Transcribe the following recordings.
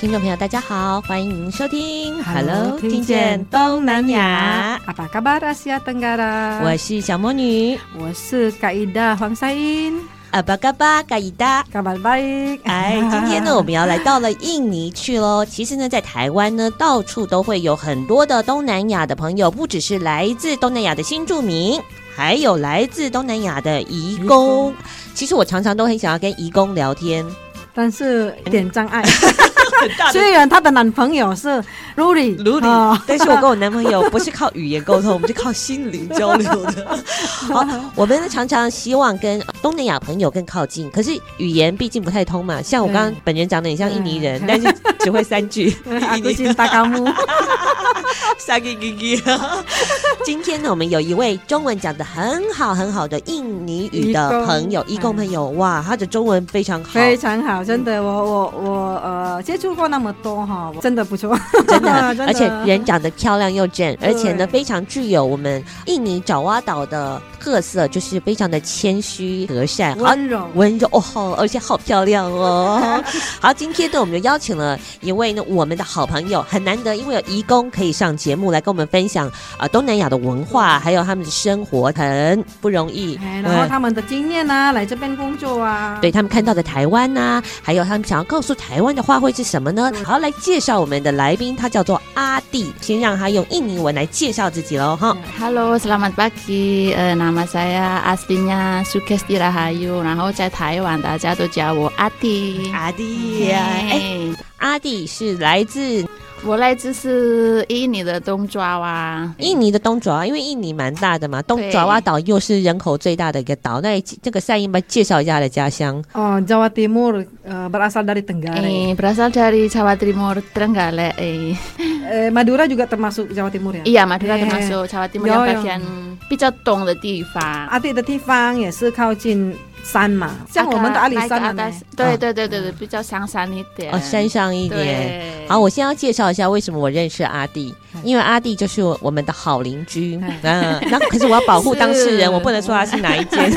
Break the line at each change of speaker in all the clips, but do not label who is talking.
听众朋友，大家好，欢迎您收听
Hello，
Hello，听见东南亚，
apa kabar Asia Tenggara?
我是小魔女
Tôi Kaida Huang Sain,
阿巴嘎巴嘎伊达。
kabar baik.
哎，今天呢，我们要来到了印尼去喽。其实呢，在台湾呢，到处都会有很多的东南亚的朋友，不只是来自东南亚的新住民，还有来自东南亚的移
移
工
工。
其实我常常都很想要跟移工聊天，
但是有点障碍，
很大
虽然她的男朋友是 Luli，
卢里
哦，
但是我跟我男朋友不是靠语言沟通，我们是靠心灵交流 的。好，我们常常希望跟东南亚朋友更靠近，可是语言毕竟不太通嘛。像我刚刚
对
本人长得很像印尼人，
对啊
但是只会三 句。
阿古金大高木，
沙给给 给。今天呢，我们有一位中文讲的很好很好的印尼语的朋友，义
义工
工朋友，哇，他的中文非常好，
嗯非常好，真的，我我我呃接触过那么多哈，真的不错，
真的，
真的
而且人长得漂亮又正，而且呢，
对
非常具有我们印尼爪哇岛的特色，就是非常的谦虚和善，好
温柔，
温柔哦，而且好漂亮 哦。好，今天呢，我们就邀请了一位呢我们的好朋友，很难得，因为有义工可以上节目来跟我们分享啊、呃东南亚的文化，还有他们的生活，很不容易。
哎，然后
嗯
他们的经验啊，来这边工作啊，
对他们看到的台湾呐、还有他们想要告诉台湾的话会是什么
嗯
呢？好，来介绍我们的来宾，他叫做阿弟，先让他用印尼文来介绍自己喽哈。
嗯
Halo, selamat pagi. Eh, nama saya aslinya Sugesti Rahayu. 然后在台湾大家都叫我阿弟。
阿弟
Ya,
呀、哎，
嘿
阿弟是来自
我来自是印尼的东爪哇。
印尼的东爪哇，因为印尼蛮大的嘛，东
对
爪哇岛又是人口最大的一个岛。那这个善英吧，介绍一下他的家乡。
哦，Jawa Timur eh, berasal dari Tenggara.
Eh, berasal dari Jawa Timur, Trenggale. Eh,
Eh, Madura juga termasuk Jawa Timur ya?
iya, Madura
Eh,
termasuk Jawa
Yo,
Timur yang
yo.
bagian 比较东的地方。
阿弟的地方也是靠近山嘛，像我们的阿里山嘛
那个阿达
呢。
对对对对对，比较上山一点。
哦，
Oh,
山上一
ya.
点。
对。嗯
好，我先要介绍一下为什么我认识阿弟，因为阿弟就是我们的好邻居。 嗯，那可是我要保护当事人，
是
我不能说他是哪一间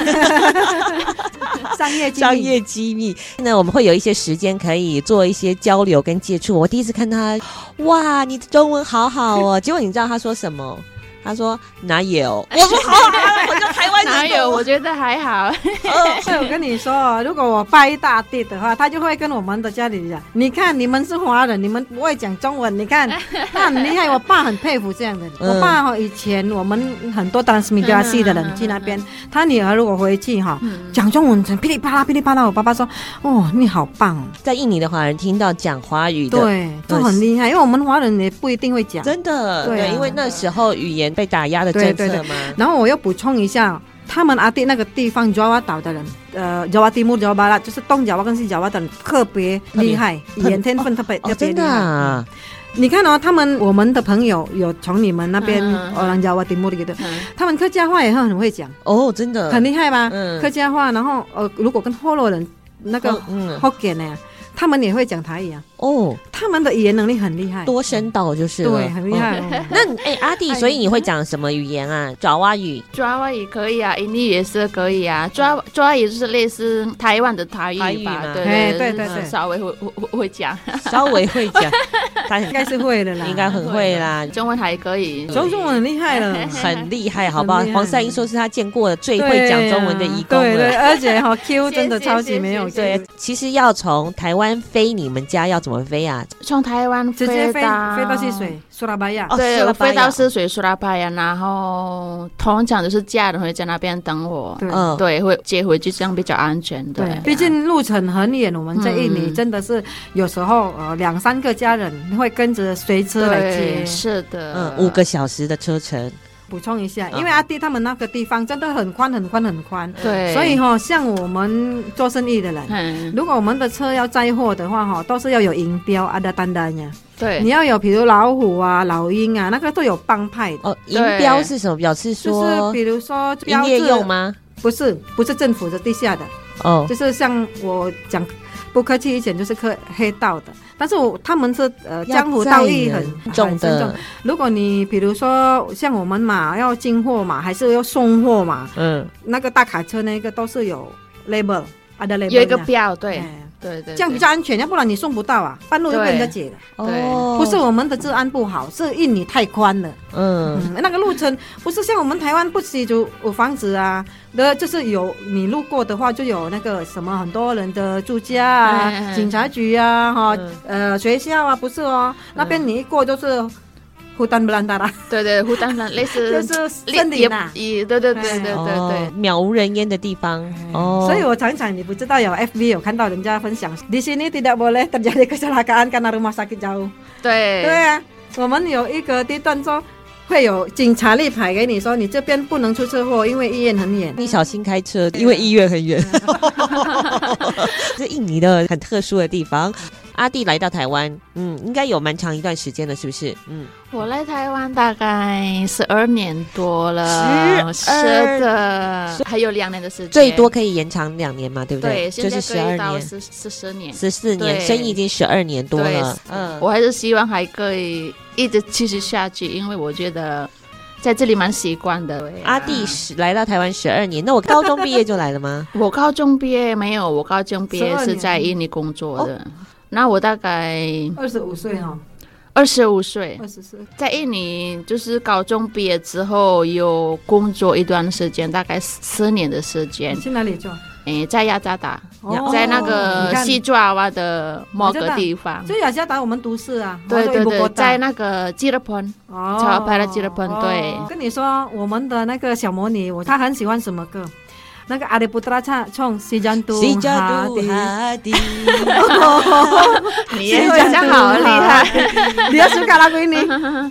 商业经
商
理
业机密。那我们会有一些时间可以做一些交流跟接触。我第一次看他，哇，你的中文好好哦。结果你知道他说什么？他说哪 有？我说好啊，我就台湾人。
哪有？我觉得还好。
所以我跟你说哦，如果我拜一大弟的话，他就会跟我们的家里人讲：“你看，你们是华人，你们不会讲中文，你 看，那很厉害。”我爸很佩服这样的人。
嗯
我爸哦，以前我们很多 transmigrasi 的
嗯嗯嗯
人
嗯
去那边，他女儿如果回去哈
嗯，
讲中文，噼里啪啦噼里啪啦。我爸爸说：“哦，你好棒哦，
在印尼的华人听到讲华语的，
对，就很厉害。”因为我们华人也不一定会讲。
真的
对啊
因为那时候语言被打压的政策嘛，
然后我又补充一下，他们阿弟那个地方 Jawa 岛的人，呃，Jawa Timur、Jawa Barat，就是东 Jawa 跟西 Jawa 的人特别厉害，语言天分特别、
哦，
特别
真
厉
的
害。
啊，
你看哦，他们我们的朋友有从你们那边
嗯嗯嗯
orang Jawa Timur 的，
嗯
他们客家话也很会讲，
哦，真的，
很厉害吧？
嗯
客家话，然后呃，如果跟霍洛人那个
哦嗯
Hokkien 呢，他们也会讲台语啊，
哦，
他们的语言能力很厉害，
多声道就是了
哎对，很厉害
啊哦
哦。
那你哎，阿弟，所以你会讲什么语言啊？爪哇语、
抓娃也可以啊，印尼也是可以啊，抓抓娃也就是类似台湾的台语
台语嘛
吧，对
嘿
对
对对
对
对
稍微会会会会讲，
稍微会 讲，他很
应该是会的 啦，
应该很会啦，
中文还可以，
中中文很厉害了。
很厉 害，好不好
很？厉害
黄善英说是他见过的最
对
会讲中文的义工
呀对啊
了。哎
对，而且哈 Q
谢
真的
谢
超
谢
级没有
谢
对
对，其实要从台湾飞你们家要怎么么飞啊？
从台湾
直接飞
到
飞到去水苏拉巴亚。
哦
对，
苏拉
我
巴
飞
雅
到泗水苏拉巴呀，然后通常就是家人会在那边等我，
对
嗯，
对，会接回去，这样比较安全。哦对
对，，毕竟路程很远，我们在印尼
嗯
真的是有时候呃两三个家人会跟着随车来接
对，。是的，
嗯，五个小时的车程，
补充一下，
哦
嗯
因为阿弟他们那个地方真的很宽很宽很宽，
对，
所以哈、像我们做生意的人。
嗯，
如果我们的车要载货的话，哈，都是要有银标啊的单单呀。你
对，
要有，比如老虎啊、老鹰啊，那个都有帮派的。
哦，银
对
标是什么？表示
就是
说
比如说标
营
志
业用？吗？
不是，不是政府的地下的，
哦，
就是像我讲不客气一点，就是黑黑道的。但是我他们是呃江湖道义
要载
很
人
很
重
慎重
的，
如果你比如说像我们嘛，要进货嘛，还是要送货嘛，
嗯，
那个大卡车那个都是有 label 啊的 label，
有一个
呀
标，对，
哎
对对，
这样比较安全，要不然你送不到啊，半路就被人家截了。
哦，
不是，我们的治安不好，是印尼太宽了，
嗯，
嗯，那个路程不是像我们台湾不许就有房子啊，的就是有你路过的话就有那个什么很多人的住家
嗯嗯
啊、
嗯
警察局啊、哈、
哎嗯
呃学校啊，不是哦，那边你一过就是。胡丹布兰达啦，
对对，湖当然类
嗯
就
似
是森林
啊
啊呐、
也对对对对对
哦
对，
渺无人烟的地方，哦，
嗯所以我常常你不知道有 FB 有看到人家分享，di sini tidak boleh terjadi kecelakaan karena rumah sakit jauh。
哦
对
对啊，我们有一个地段说会有警察立牌给你说，你这边不能出车祸，因为医院很远。
你小心开车，
啊
因为医院很 远。 这印尼的很特殊的地方。阿弟来到台湾，嗯，应该有蛮长一段时间了，是不是？嗯，
我来台湾大概十二年多了，
12
是的，还有两年的时间，
最多可以延长两年嘛，对不
对，
对？
现
就
在
是
可
十
以
二
到
年、
十十十年。
十四年，
对
生意已经十二年多了。
对
嗯，
我还是希望还可以一直继续下去，因为我觉得在这里蛮习惯的。对啊
阿弟是来到台湾十二年，那我高中毕业就来了 吗？
我高中毕业没有，我高中毕业
12
是在印尼工作
哦
的。那我大概
二十五岁哦，
二十五岁，
二十四，
在印尼就是高中毕业之后有工作一段时间，大概四年的时间
你。去哪里做？
诶，在雅加达，
哦
在那个西爪哇的某个地方。
就雅加达我们都市啊，
对对对，在
那
那个吉勒盆，
哦
超拍了吉勒盆，对，
跟你说，我们的那个小魔女，我她很喜欢什么歌？那个阿里布特拉唱唱《西江都》，
西加杜哈迪，
哦
你 也讲得好厉害，
你要苏卡拉圭尼，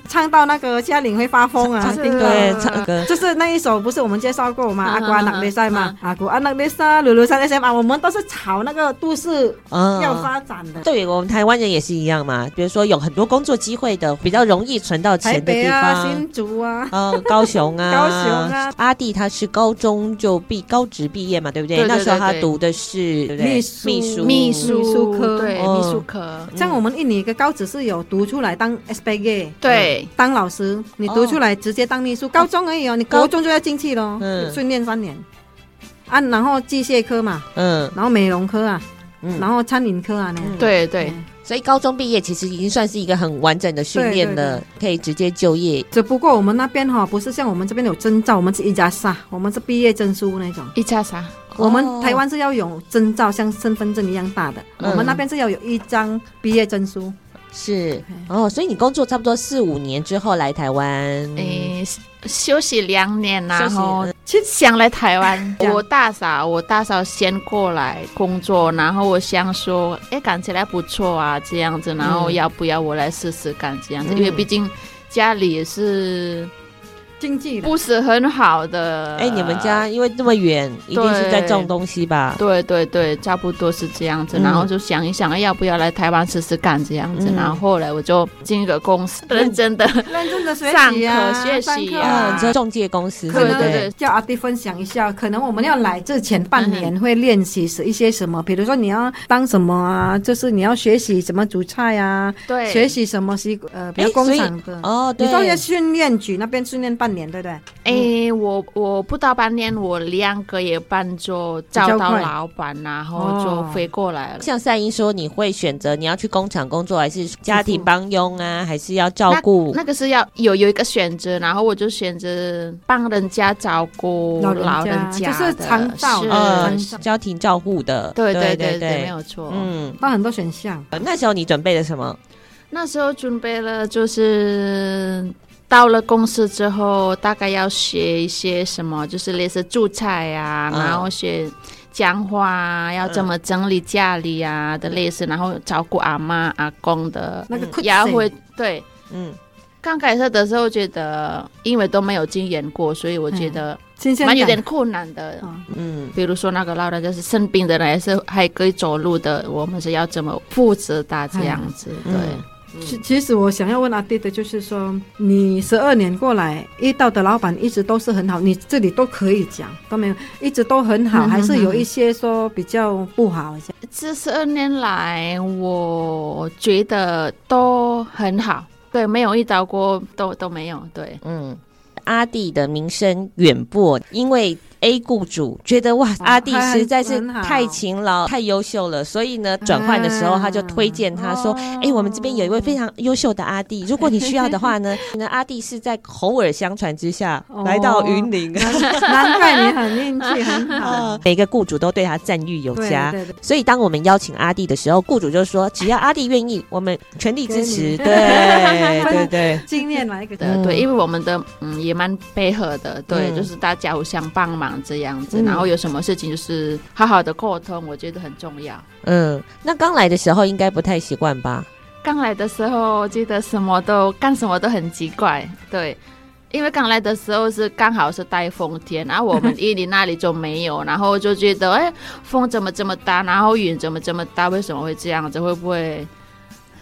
唱到那个夏令会发疯 啊！
唱对唱歌，
就是那一首，不是我们介绍过吗？
嗯
阿古安纳雷塞嘛，阿古安纳雷塞、鲁鲁山 S M 啊，我们都是朝那个都市要
嗯。
发展的。
对我们台湾人也是一样嘛，比如说有很多工作机会的，比较容易存到
台
钱的
北
地
啊，
方，
新竹啊，
哦，高雄啊，
高雄啊
阿弟他是高中就毕高职毕业嘛，对不对？
对对
那时候他
对对
读的是对不对
秘书
秘书
秘
秘
书
书科
对，
哦
秘书科，
像我们印尼的高职是有读出来当 S B G，
对
当老师，你读出来直接当秘书，高中而已哦，你
高
高中就要进去咯，
嗯
训练三年。啊，然后机械科嘛，
嗯
然后美容科啊，
嗯，
然后餐饮科啊，那样。
对对
所以高中毕业其实已经算是一个很完整的训练了，可以直接就业。
只不过我们那边哈、不是像我们这边有证照，我们是一加三，我们是毕业证书那种。
一家啥？
我
哦
们台湾是要有证照，像身份证一样大的。
嗯
我们那边是要有一张毕业证书，
是哦，所以你工作差不多四五年之后来台湾，
诶，休息两年，
嗯休
然
息
后
嗯
其实想来台湾。
这样
我大嫂，我大嫂先过来工作，然后我想说，诶，看起来不错啊，这样子，然后
嗯
要不要我来试试看这样子？
嗯
因为毕竟家里也是
经济的。
不是很好的。啊
哎、你们家因为那么远，一定是在种东西吧？
对对对，差不多是这样子，
嗯
然后就想一想，哎要不要来台湾试试看这样子，
嗯
然后后来我就进一个公司，认 真的，
认真的学习啊，
上课学习啊
嗯，这中介公司，
可
对不
能
对对
叫阿弟分享一下，可能我们要来之前半年会练习是一些什么，比如说你要当什么啊，就是你要学习怎么煮菜啊，
对，
学习什么习呃，比
哎
如工
所以
厂的。
哦，对，
你说要训练局那边训练半半年，对不对？
诶、我我不到半年，我两个月半就找
较
到
快
老板，然后就
哦
飞过来了。
像赛英说，你会选择你要去工厂工作，还是家庭帮佣啊，还是要照顾
那个是要有有一个选择，然后我就选择帮人家照顾
老人家
哦老人家的，
就是长照
是
呃
是
家庭照护的？
对
对
嗯对对对，没
对，
有错。
嗯，
它很多选项，
呃那时候你准备了什么？
那时候准备了，就是到了公司之后，大概要学一些什么，就是类似做菜呀、
嗯
然后学讲话啊，要怎么整理家里
嗯
啊的类似，然后照顾阿妈阿公的，
那个
嗯
cook
也会对。
嗯，
刚开始的时候觉得，因为都没有经验过，所以我觉得
新鲜
蛮
感
有点困难的。
啊，
嗯，
比如说那个老人就是生病的人，也是还可以走路的，我们是要怎么扶持他这样子？对。
哎嗯
其其实我想要问阿弟的就是说，你十二年过来遇到的老板一直都是很好，你这里都可以讲都没有，一直都很好，
嗯
还是有一些说比较不好一些？
这十二年来，我觉得都很好，对，没有遇到过，都都没有，对，
嗯，阿弟的名声远播，因为 A 雇主觉得哇，阿弟实在是
哦很好
太勤劳、太优秀了，所以呢，转换的时候
啊
他就推荐他说：“
哦
哎、我们这边有一位非常优秀的阿弟，如果你需要的话 呢，那阿弟是在口耳相传之下
哦
来到云林。
难怪你很运气很 好，
每个雇主都对他赞誉有
对
加，
对对，
所以当我们邀请阿弟的时候，雇主就说：“只要阿弟愿意，我们全力支
给
持。
你
对” 对对对，
经验来一个
的
嗯
对，因为我们的嗯也蛮配合的，对，
嗯
就是大家互相帮忙这样子，
嗯
然后有什么事情就是好好的沟通，我觉得很重要。
嗯，那刚来的时候应该不太习惯吧？
刚来的时候，我记得什么都干什么都很奇怪，对，因为刚来的时候是刚好是带风天，然后我们伊犁那里就没有，然后就觉得哎，风怎么这么大，然后云怎么这么大，为什么会这样子？会不会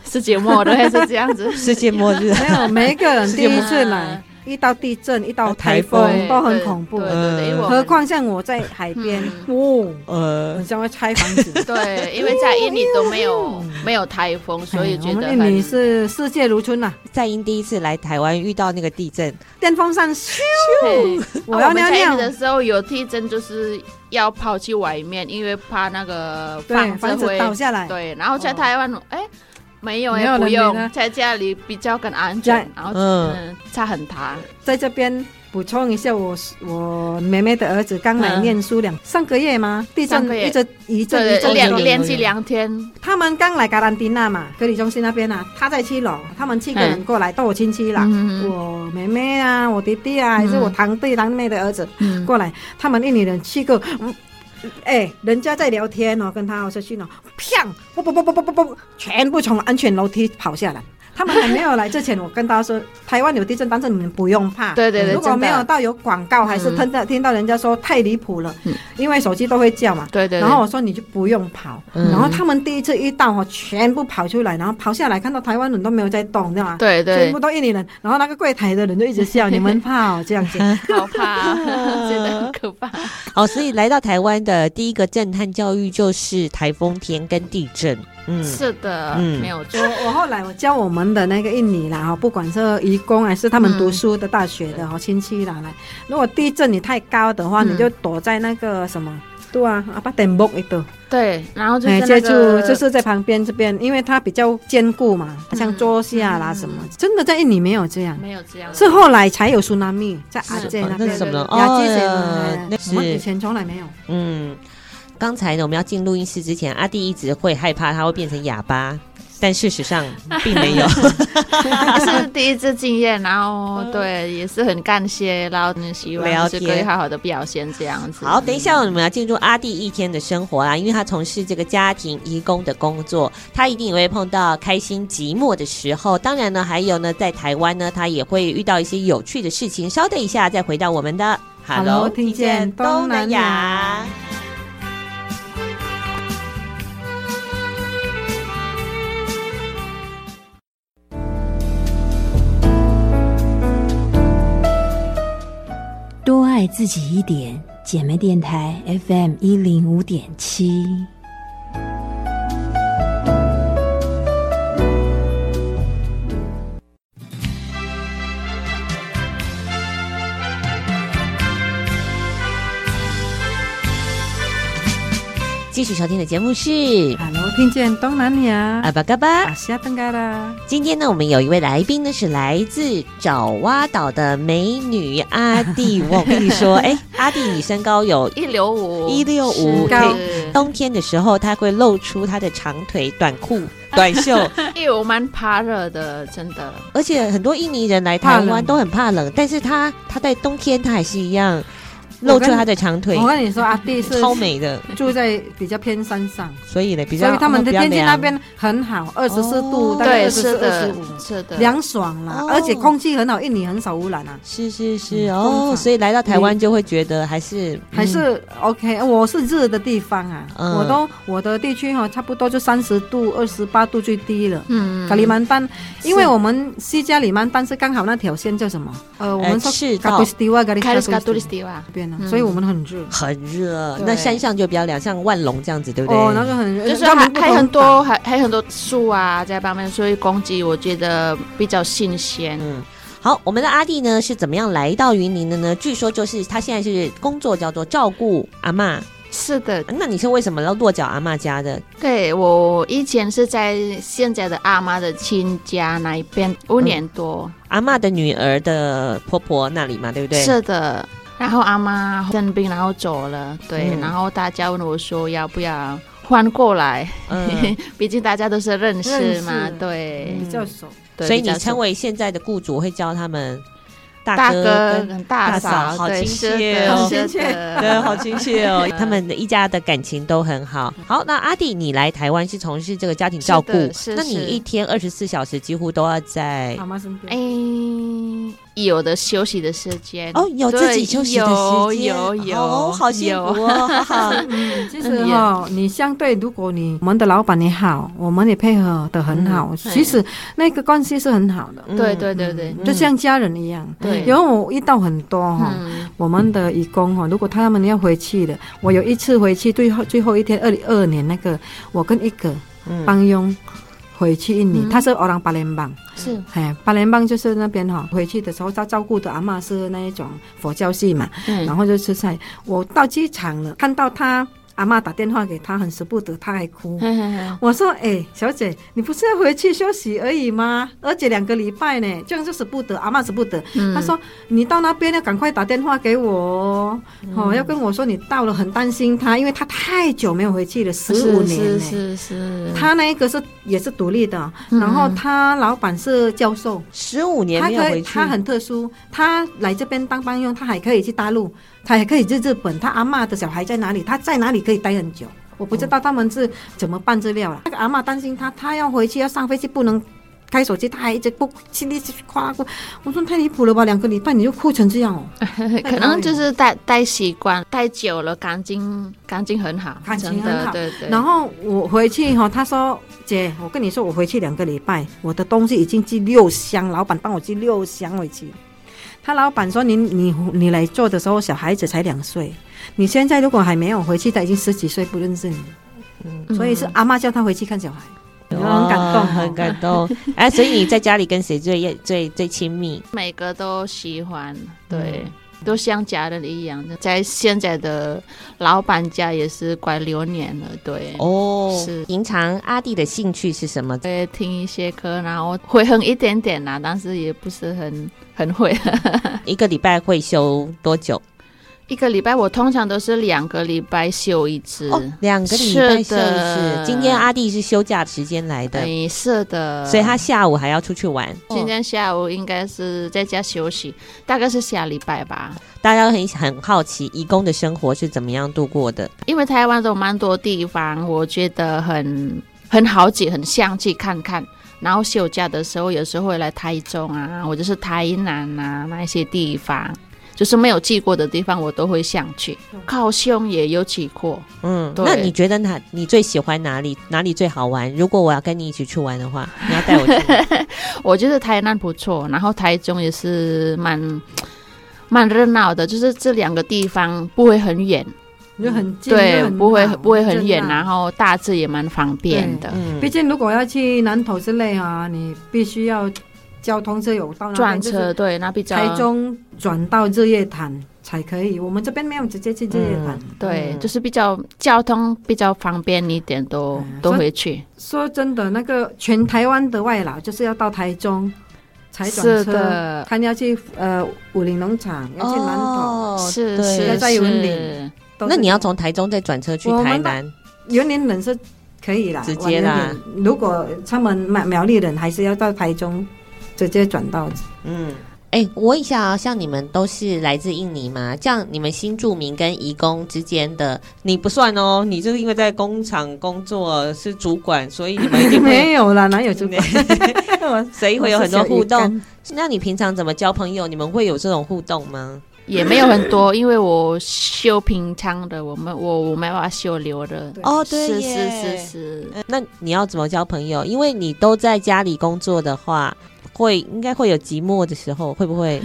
世界末日还 是这样子？
世界末日。
没有每一个人第一次来
啊，
遇到地震、遇到台
台
风
对
都很恐怖
对，嗯对对，因为我们
何况像我在海边，哦，
呃
我，将会拆房子。
对，因为在伊犁都没有没有台风， 所以
哎
觉
我
得
们印尼
很
是世界如春呐、
在英第一次来台湾遇到那个地震，
电风扇咻，
对
我
啊
要
我们
尿
在一起
尿。
的时候有地震，就是要跑去外面，因为怕那个
对，
房
房子
会
倒下来，
对，然后在台湾，哎、没有
没有
哎，
人
不
没了
用，在家里比较更安全
在，
然后
嗯
嗯，差很大，
在这边补充一下，我我妹妹的儿子刚来
嗯
念书两、上个月嘛，地震
上个月
一直一阵一
对，
阵
连
地震
连续两天，
他们刚来格兰丁纳嘛，隔离中心那边啊，他在七楼，他们七个人过来到我亲戚啦，
嗯
我妹妹啊，我弟弟啊，还是
嗯
我堂弟堂妹的儿子、
嗯，
过来，他们印尼人七个。嗯哎、人家在聊天哦，跟他哦，出去呢，砰！不不不不不不不，全部从安全楼梯跑下来。他们还没有来之前，我跟他说，台湾有地震，但是你们不用怕。 嗯
对对对，
如果
真
没有
的，
到有广告，还是听到、听到人家说太离谱了，
嗯
因为手机都会叫嘛。
对对，对
然后我说你就不用跑，
嗯
然后他们第一次遇到哦，全部跑出来，然后跑下来看到台湾人都没有在动，对吗？
对
全
对
部，都印尼人，然后那个柜台的人就一直笑，你们怕哦这样子。
好 怕，真的很可怕，
哦，所以来到台湾的第一个震撼教育就是台风天跟地震。嗯，
是的，
嗯
没有错
我。我后来我教我们的那个印尼啦哈，不管是移工还是他们读书的大学的哈、亲戚啦来，如果地震你太高的话，
嗯
你就躲在那个什么。对啊，啊把点木一
哦
朵，
对，然后就是
哎，
那
接触
个
就是在旁边这边，因为它比较坚固嘛，像桌下啦什
嗯
么，真的在印尼没有这样，
没有这样，
是后来才有 tsunami 在阿
是
杰
哦
那
那
边
是什么呢？
雅基水
呃
嘛哎
那
我们以
是
前从来没有。
嗯。刚才呢，我们要进录音室之前，阿弟一直会害怕他会变成哑巴，但事实上并没有。
是第一次经验，然后对，也是很感谢，然后希
了
望是可
解
以好好的表现这样子。
好，等一下我们要进入阿弟一天的生活啊啦，因为他从事这个家庭义工的工作，他一定也会碰到开心寂寞的时候。当然呢，还有呢，在台湾呢，他也会遇到一些有趣的事情。稍等一下，再回到我们的
Hello，听见东南亚。
多爱自己一点，姐妹电台 FM 一零五点七。
继续收听的节目是
Hello，听见东南
阿
亚，
巴嘎巴
阿。西亚登嘎啦，
今天呢，我们有一位来宾呢是来自爪哇岛的美女阿弟。我跟你 说，哎，阿弟，你身高有
一六五，
165
高
是
冬天的时候，她会露出她的长腿短 裤、短袖，
因为我蛮怕热的，真的。
而且很多印尼人来
怕
台
冷
湾都很怕冷，但是她她在冬天她还是一样露
我
出
跟
她的长腿
我，跟你说，阿弟是
超美的。
住在比较偏山上，
所以呢，比
所
较
以他们
比
的
较
天气那
凉
边很好，二十四度，
哦
大概
对，
二十
是
四、二十
的
五，，
是的。
凉爽啦
哦，
而且空气很好，印尼很少污染啊，
是是是
嗯通
哦，
常
所以来到台湾就会觉得还是
还
嗯
是 OK。我是热的地方啊，
嗯
我都我的地区哈，差不多就三十度、二十八度最低了。
嗯
卡里曼丹，因为我们西加里曼丹是刚好那条线叫什么？呃，我们说
赤道
卡布斯蒂瓦，卡里
卡里斯卡
斯杜
杜里
里
斯
斯
蒂瓦
那，边呢
嗯，
所以我们很热。
很热，
对
那山上就比较凉，像万隆这样子，对不对？
哦，那个很热，
嗯就是
他
还
们不
还
懂
很多
打
还还很多树啊在旁边，所以攻击我觉得比较新鲜。
嗯。好，我们的阿弟呢是怎么样来到云林的呢？据说就是他现在是工作叫做照顾阿嬷。
是的，
那你是为什么要落脚阿嬷家的？
对我以前是在现在的阿妈的亲家那一边五年多，
阿嬷的女儿的婆婆那里嘛，对不对？
是的。然后阿妈生病，然后走了，对，
嗯
然后大家问我说要不要换过来，
嗯，
毕竟大家都是认识嘛，
认识嗯
对，
比较熟。
对
所以
比较
你
熟
成为现在的雇主会教他们
大
哥
哥
跟
跟大
大嫂好
对，
亲
是
切
的
哦
是的
亲切
对，好亲切 哦！他们的一家的感情都很好。好，那阿弟，你来台湾是从事这个家庭照顾
嗯是的，是
那你
是
一天二十四小时几乎都要在
妈妈身边，
哎，有的休息的时间
哦，有自己休息的时间，
有有有
哦，好幸福哦，好好。
嗯，其实哈、你相对如果你我们的老板也好，我们也配合的很好，其实那个关系是很好的，
嗯
对对对对，
就像家人一样。
对
然后我遇到很多哈、
嗯，
我们的义工哈，如果他们要回去的，我有一次回去最后最后一天，二零二二年那个，我跟一个
嗯
帮佣回去印尼，
嗯
他是奥朗巴联邦，
是，
哎，巴联邦就是那边哈，回去的时候他照顾的阿嬷是那一种佛教系嘛，然
嗯，
后就吃菜。我到机场了，看到他阿妈打电话给他，很舍不得，他还
嗯
哭。我说：“哎、小姐，你不是要回去休息而已吗？而且两个礼拜呢，这样就舍不得，阿妈舍不得。
嗯
他说：“你到那边要赶快打电话给我哦，
嗯
哦，要跟我说你到了，很担心他，因为他太久没有回去了，十五年
是是
呢。
是是，
他那一个是也是独立的，
嗯
然后他老板是教授，
十五年
他
没有
可以，
回去，
他很特殊，他来这边当帮佣，他还可以去大陆，他还可以去日本，他阿嬷的小孩在哪里，他在哪里可以待很久。我不知道他们是怎么办资料了。那个阿嬷担心他，他要回去要上飞机不能开手机，他还一直哭，稀里哗啦哭。我说太离谱了吧，两个礼拜你就哭成这样 哦，
可能就是待待习惯，待久了感情感情很好，
感情
真的
很好
对对，
然后我回去哈、他说姐，我跟你说，我回去两个礼拜，我的东西已经寄六箱，老板帮我寄六箱回去。他老板说你你你来做的时候，小孩子才两岁，你现在如果还没有回去，他已经十几岁不认识你，
嗯
所以是阿妈叫他回去看小孩，
哦
很感动哦
很感动。哎，所以你在家里跟谁最最最亲密？
每个都喜欢，对。都像家人一样，在现在的老板家也是快六年了，对。
哦
是
平常阿弟的兴趣是什么？
会听一些歌，然后会哼一点点啦、但是也不是很很会。 啊
一个礼拜会休多久？
一个礼拜我通常都是两个礼拜休一次。
哦，两个礼拜休
是
一次
的。
今天阿弟是休假时间来的，
对，是的，
所以他下午还要出去玩。
今天下午应该是在家休息，大概是下礼拜吧。
嗯大家很很好奇，义工的生活是怎么样度过的？
因为台湾有蛮多地方，我觉得很很好景，很想去看看。然后休假的时候，有时候会来台中啊，或者是台南啊那一些地方，就是没有去过的地方，我都会想去。
嗯
高雄也有去过，
嗯，
对
那你觉得哪你最喜欢哪里？哪里最好玩？如果我要跟你一起去玩的 话，你要带我去哪？
我觉得台南不错，然后台中也是蛮蛮热闹的，就是这两个地方不会很远，
你就很啊近，又
对，
很
不会
好
不会很远，啊
真的
然后大致也蛮方便的。
嗯
毕，竟如果要去南投之类啊，你必须要交通是有到那边
转
嗯就是
车对，那比较
台中转到日月潭，才可以。我们这边没有直接去日月潭。
对，就是比较交通比较方便一点，都
哎呀
都
所以
回去。
说真的，那个全台湾的外劳就是要到台中才转
是
车
的，
他要去呃武林农场，要去南投，
是
对
是
哦要在云林
是
哦
都是
那你要从台中再转车去
我
台
们的
南，
云林人是可以啦，
直接啦
往云林。如果他们苗苗栗人还是要到台中直接转到
嗯，哎、我问一下啊，像你们都是来自印尼嘛？这样你们新住民跟移工之间的，你不算哦，你就是因为在工厂工作是主管，所以你们一定会
没有啦，哪有主管？
所以会有很多
我是小
互
鱼
动。
干。
那你平常怎么交朋友？你们会有这种互动吗？
也没有很多，因为我修平昌的，我们我我没办法修留的。
哦，
是是是是，
嗯那你要怎么交朋友？因为你都在家里工作的话，会应该会有寂寞的时候，会不会？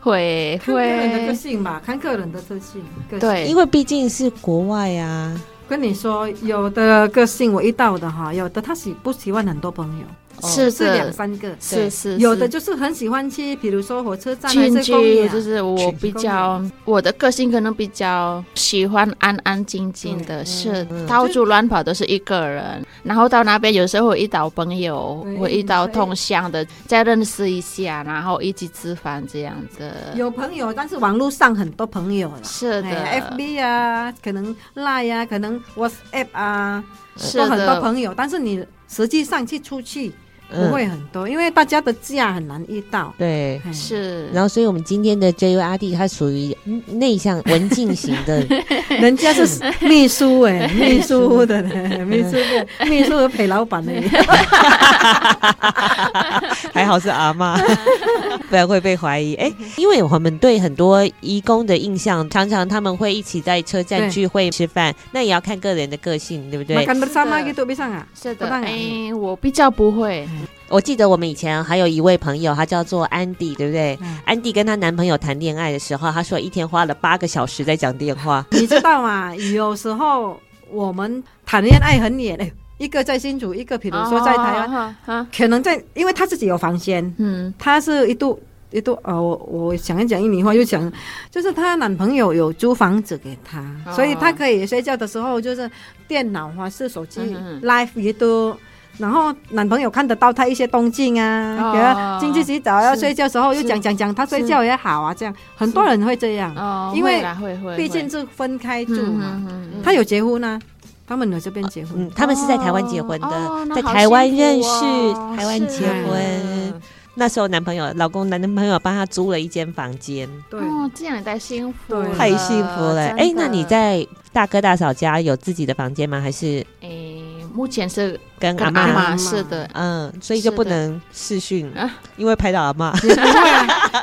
会
看个人的个
会，
性吧，看个人的特性。个性
对，
因为毕竟是国外啊，
跟你说，有的个性我遇到的哈，有的他喜不喜欢很多朋友，
是
是两
的，
三个，
是是
有的就是很喜欢去，比如说火车站还
群
是公园
居，
啊，
就是我比较我的个性可能比较喜欢安安静静的，
嗯
是到处乱跑都是一个人。然后到那边有时候会遇到朋友
对，
会遇到
所以
同乡的，再认识一下，然后一起吃饭这样子。
有朋友，但是网络上很多朋友了。
是的、
哎，FB 啊，可能 Line 啊，可能 WhatsApp 啊，
是
都
的，
很多朋友，但是你实际上去出去
嗯
不会很多，因为大家的假很难遇到。
对。
哎
是，
然后，所以我们今天的 JURD 它属于嗯内向文静型的，
人家 是秘书哎、秘书的呢，秘书的，秘书的陪老 板呢。
还好是阿妈，不然会被怀疑。哎，因为我们对很多义工的印象，常常他们会一起在车站
对
聚会吃饭，那也要看个人的个性，对不 对？
Makan bersama
是的
gitu bisa nggak?
是的，
不当啊然
哎，我比较不会，
我记得我们以前还有一位朋友，她叫做安迪，对不对
嗯？
安迪跟她男朋友谈恋爱的时候，她说一天花了八个小时在讲电话。
你知道吗？有时候我们谈恋爱很远，哎，一个在新竹，一个比
比
如说在台湾，
湾，啊
可能在，因为他自己有房间，
嗯，
他是一度一度呃，我我想一讲印尼话，又想就是她男朋友有租房子给她，
哦
所以她可以睡觉的时候就是电脑或是手机
嗯嗯嗯
live 也都。然后男朋友看得到她一些动静啊，
哦
给她进去洗澡要
是
睡觉的时候又
是
讲讲讲，她睡觉也好啊，这样很多人会这样，
哦，
因为
会啦会会，
毕竟
会
是分开住嘛。
嗯嗯嗯
他有结婚呢、他们有这边结婚，
嗯，他们是在台湾结婚的，
哦那
在
好
台湾
幸福
认识，
哦
台湾
是
结婚。那时候男朋友、老公、男朋友帮她租了一间房间，
对，
哦，这样也太幸福
对
了，
太幸福了。哎、
真的
那你在大哥大嫂家有自己的房间吗？还是
哎，目前是
跟
跟
阿
阿
妈？
妈是的，
嗯，所以就是
的
不能视讯
啊，
因为拍到阿妈。
也不会 啊，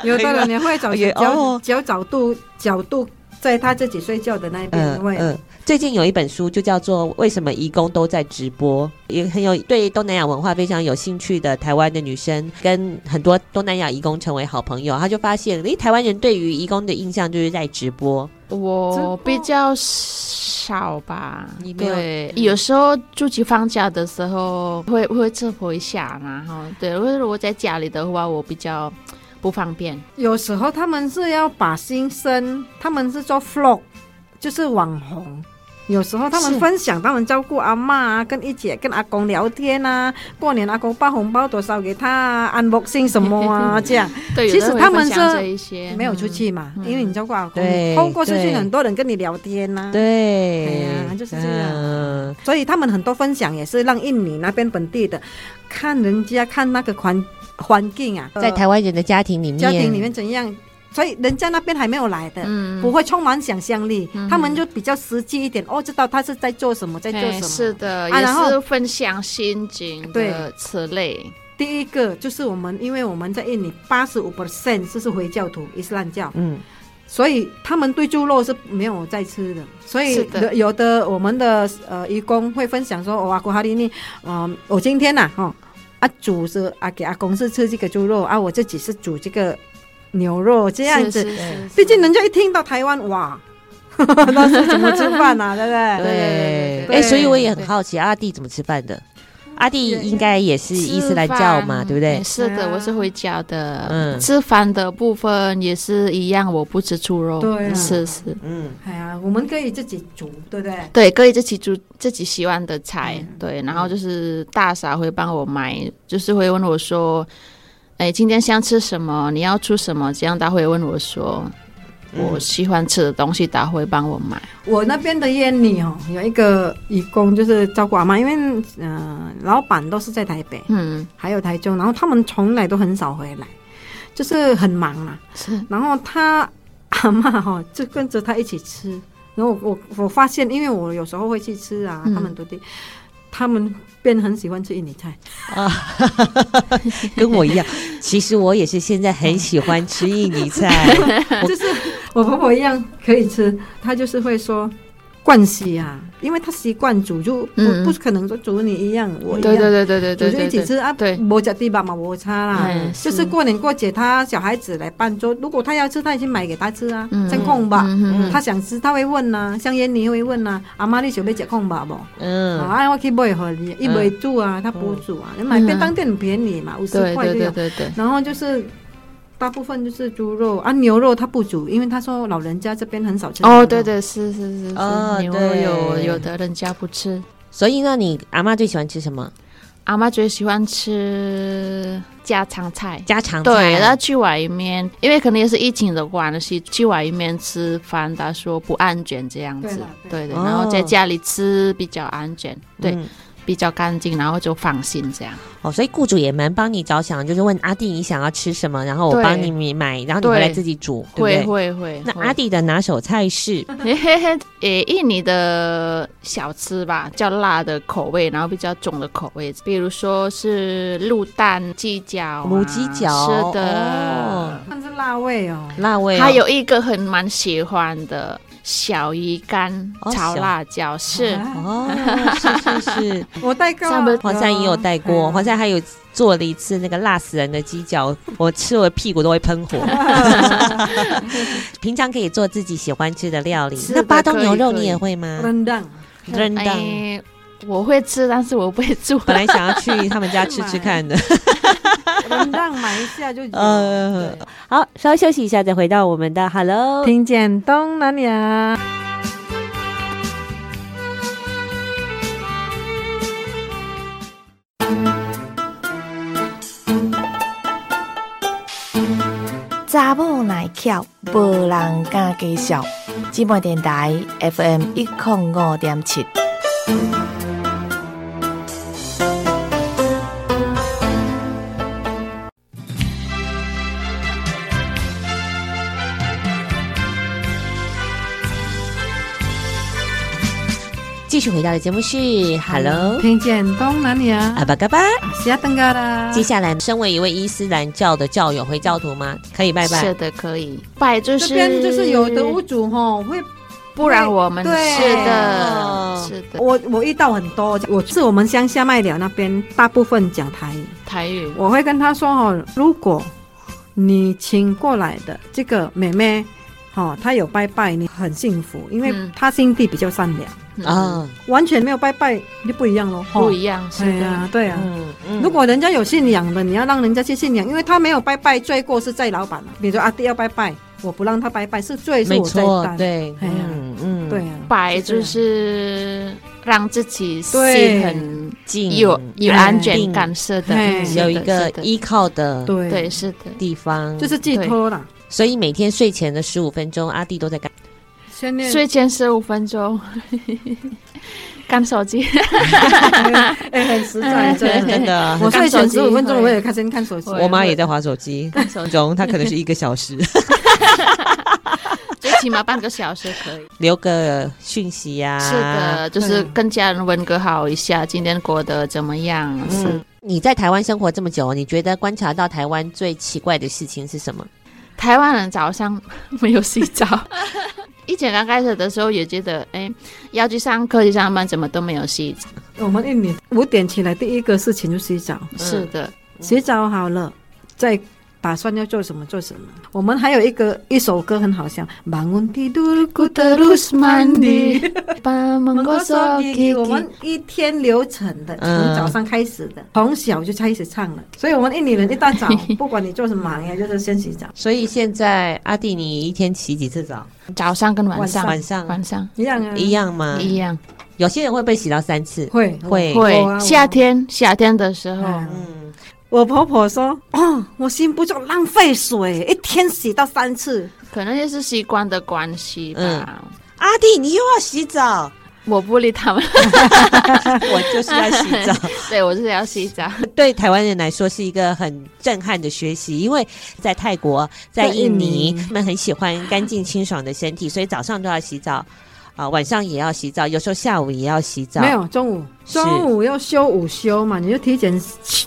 有的人也会找
也哦
角角角度角度在他自己睡觉的那一边
嗯
会。
嗯，最近有一本书就叫做《为什么移工都在直播》，也很有对东南亚文化非常有兴趣的台湾的女生，跟很多东南亚移工成为好朋友，她就发现，诶，台湾人对于移工的印象就是在直播，
嗯
我比较少吧
你，没有嗯
对，有时候自己放假的时候会会这婆一下，然后对，如果如果在家里的话，我比较不方便，
有时候他们是要把心声，他们是做 vlog，就是网红。有时候他们分享，他们照顾阿妈啊，跟一姐、跟阿公聊天啊，过年阿公包红包多少给他啊，unboxing 什么 啊，这样
对，有
其
的
实
会
他们
分享
是
这一些
没有出，去嘛，
嗯
因为你照顾阿公，
对
通过出去
对
很多人跟你聊天啊呐、
对
嗯哎呀就是这样
嗯
所以他们很多分享也是让印尼那边本地的看人家看那个环环境啊，
在台湾人的家庭里面，
家庭里面怎样，所以人家那边还没有来的，
嗯嗯
不会充满想象力，
嗯
他们就比较实际一点，哦，知道他是在做什么，在做
哎
什么。
是的，
啊
也
然后
是分享心情的
对
此类。
第一个就是我们，因为我们在印尼八十五 percent 就是回教徒、伊斯兰教，
嗯，
所以他们对猪肉是没有在吃的，所以
是的
有的我们的呃义工会分享说，哇，古哈里尼，嗯，我今天呐、哈、哦，啊煮是啊给阿公是吃这个猪肉啊，我自己是煮这个牛肉这样子，
是是是
毕竟人家一听到台湾， 哇，那是怎么吃饭啊，对不对？
对，
对
哎，所以我也很好奇阿弟怎么吃饭的，阿弟应该也是伊斯兰教嘛，对不对
嗯？是
啊
的，我是回教的。
嗯
吃饭的部分也是一样，我不吃猪肉。
对啊
是是，
嗯，
哎呀，我们可以自己煮，对不对？
对，可以自己煮自己喜欢的菜。
嗯
对，然后就是大嫂会帮我买，就是会问我说：“哎，今天想吃什么？你要出什么？”这样他会问我说。
嗯
我喜欢吃的东西，他会帮我买。
我那边的烟里哦，有一个义工就是照顾阿妈，因为嗯、呃老板都是在台北，
嗯，
还有台中，然后他们从来都很少回来，就是很忙啦、
是
然后他阿妈哈、就跟着他一起吃，然后我我我发现，因为我有时候会去吃啊，
嗯
他们都地，他们便很喜欢吃印尼菜，
跟我一样。其实我也是现在很喜欢吃印尼菜，
就是我婆婆一样可以吃，她就是会说。惯习啊，因为她习惯煮，就不、
嗯嗯
不可能说煮你一样，我一样。
对对对对对
煮
对
就
对
一起
对，
吃啊，
对
没吃地吧嘛，摩擦啦。
嗯
就是过年过节，他小孩子来办桌，如果他要吃，他已经买给他吃啊，
嗯
真空吧。
嗯嗯嗯
他想吃，他会问啊呐、像燕妮会问呐、啊阿妈你想要吃空吧不？
嗯，
啊，我去买给你，一买煮啊，他不煮啊，你买便当店很便宜嘛，五十
对
块
嗯对
就
对
有。
对对，
然后就是。大部分就是猪肉啊，牛肉他不煮，因为他说老人家这边很少吃。
哦，对，对是是是是，
哦
牛肉
对
有有的人家不吃，
所以呢，你阿妈最喜欢吃什么？
阿妈最喜欢吃家常菜。
家常菜。啊
对，她去外面，因为可能也是疫情的关系，去外面吃饭，她说不安全这样
对
子
啦。
对对，
哦
然后在家里吃比较安全，对，
嗯
比较干净，然后就放心这样。
哦，所以雇主也蛮帮你着想，就是问阿弟你想要吃什么，然后我
对
帮你买，然后你回来
对
自己煮，对不
会
对？
会会。
那
会
阿弟的拿手菜是
嘿嘿嘿，诶，印尼的小吃吧，较辣的口味，然后比较重的口味，比如说是鹿蛋鸡脚、啊、
母鸡脚，
是的，
哦、
但是辣味哦。
辣味、
还有一个很蛮喜欢的小鱼干
哦
炒
小
辣椒，是
啊
哦，是是是，
我带过啊，哦
上面
黄山也有带 过，黄山还有做了一次那个辣死人的鸡脚，我吃我屁股都会喷 火。平常可以做自己喜欢吃的料理，
是的
那巴东牛肉
可以
你也会吗？
冷淡。
扔当。
哎，我会吃，但是我不会 做。
本来想要去他们家吃吃看 的，
能让买一下就有。
呃
对，
好，稍休息一下，再回到我们的 Hello。
听见东南亚。
查某耐翘，无人敢介绍。寂寞电台 FM 一零五点七。
继续回到的节目是 Hello
哦
听见东南亚
啊
啊
阿，巴嘎巴。
西亚登嘎啦。
接下来，身为一位伊斯兰教的教友，回教徒吗？可以拜拜
是。的，可以拜就
这
是
边就是有的屋主吼会，
不然我们
对
是的
哦，
是的，
我我遇到很多，我是我们乡下麦寮那边大部分讲台语，
台语
我会跟他说吼，如果你请过来的这个妹妹，哦，她有拜拜，你很幸福，因为
嗯
她心地比较善良，
啊，
完全没有拜拜就不一样咯。吼
不一样，是
对哦哎呀、
的，
对呀、
哦
啊
嗯嗯
如果人家有信仰的，你要让人家去信仰，因为他没有拜拜，罪过是在老板嘛。比如说阿弟要拜拜，我不让他拜拜，是罪是
没
我在
错，
担。
对，
哎呀
嗯嗯，
对啊，
拜
这
就
样
是让自己
对
心很
近
有有
哎
安全感，是的
哎，
是的
嗯有一个
是的
依靠的
对
对，是的，
地方，
就是寄托啦。
所以每天睡前的十五分钟，阿弟都在干。
先念
睡前十五分钟， 看手机，
哎，很 实在，真的。
真 的，
我睡前
看手机
十五分钟，
会
我也开始看手机。
我妈也在划手 机，
手
钟她可能是一个小时，
最起码半个小时可以。
留个讯息呀。
是的，
嗯
就是跟家人问个好一下，今天过得怎么样？是
嗯。你在台湾生活这么久，你觉得观察到台湾最奇怪的事情是什么？
台湾人早上没有洗澡。 以前刚开始的时候也觉得，哎，要去上课去上班，怎么都没有洗澡。
我们印
嗯
尼五点起来，第一个事情就洗澡，
是的，
洗澡好了，再打算要做什么做什么。我们还有一个一首歌很好笑，bangun tidur ku terus mandi，我们一天流程的，
嗯
从早上开始的，从小就开始唱了。所以我们印尼人一大 早，不管你做什么行业，就是先洗澡。
所以现在阿弟，你一天起几次澡？
早上跟晚上，
晚上
晚上
一样啊，
一样吗？
嗯一样。
有些人会被洗到三次，
会
会
我啊我
会夏天夏天的时候，
嗯
嗯，
我婆婆说：“ 哦，我心不就浪费水，一天洗到三次。
可能也是习惯的关系
嗯
吧。
阿弟，你又要洗澡，
我不理他们，
我就是要洗澡。
对我是要洗澡。
对台湾人来说是一个很震撼的学习，因为在泰国、在印尼，他们很喜欢干净清爽的身体，所以早上都要洗澡，啊、晚上也要洗澡，有时候下午也要洗”澡。
没，有中午，
是
中午要休午休嘛，你就提前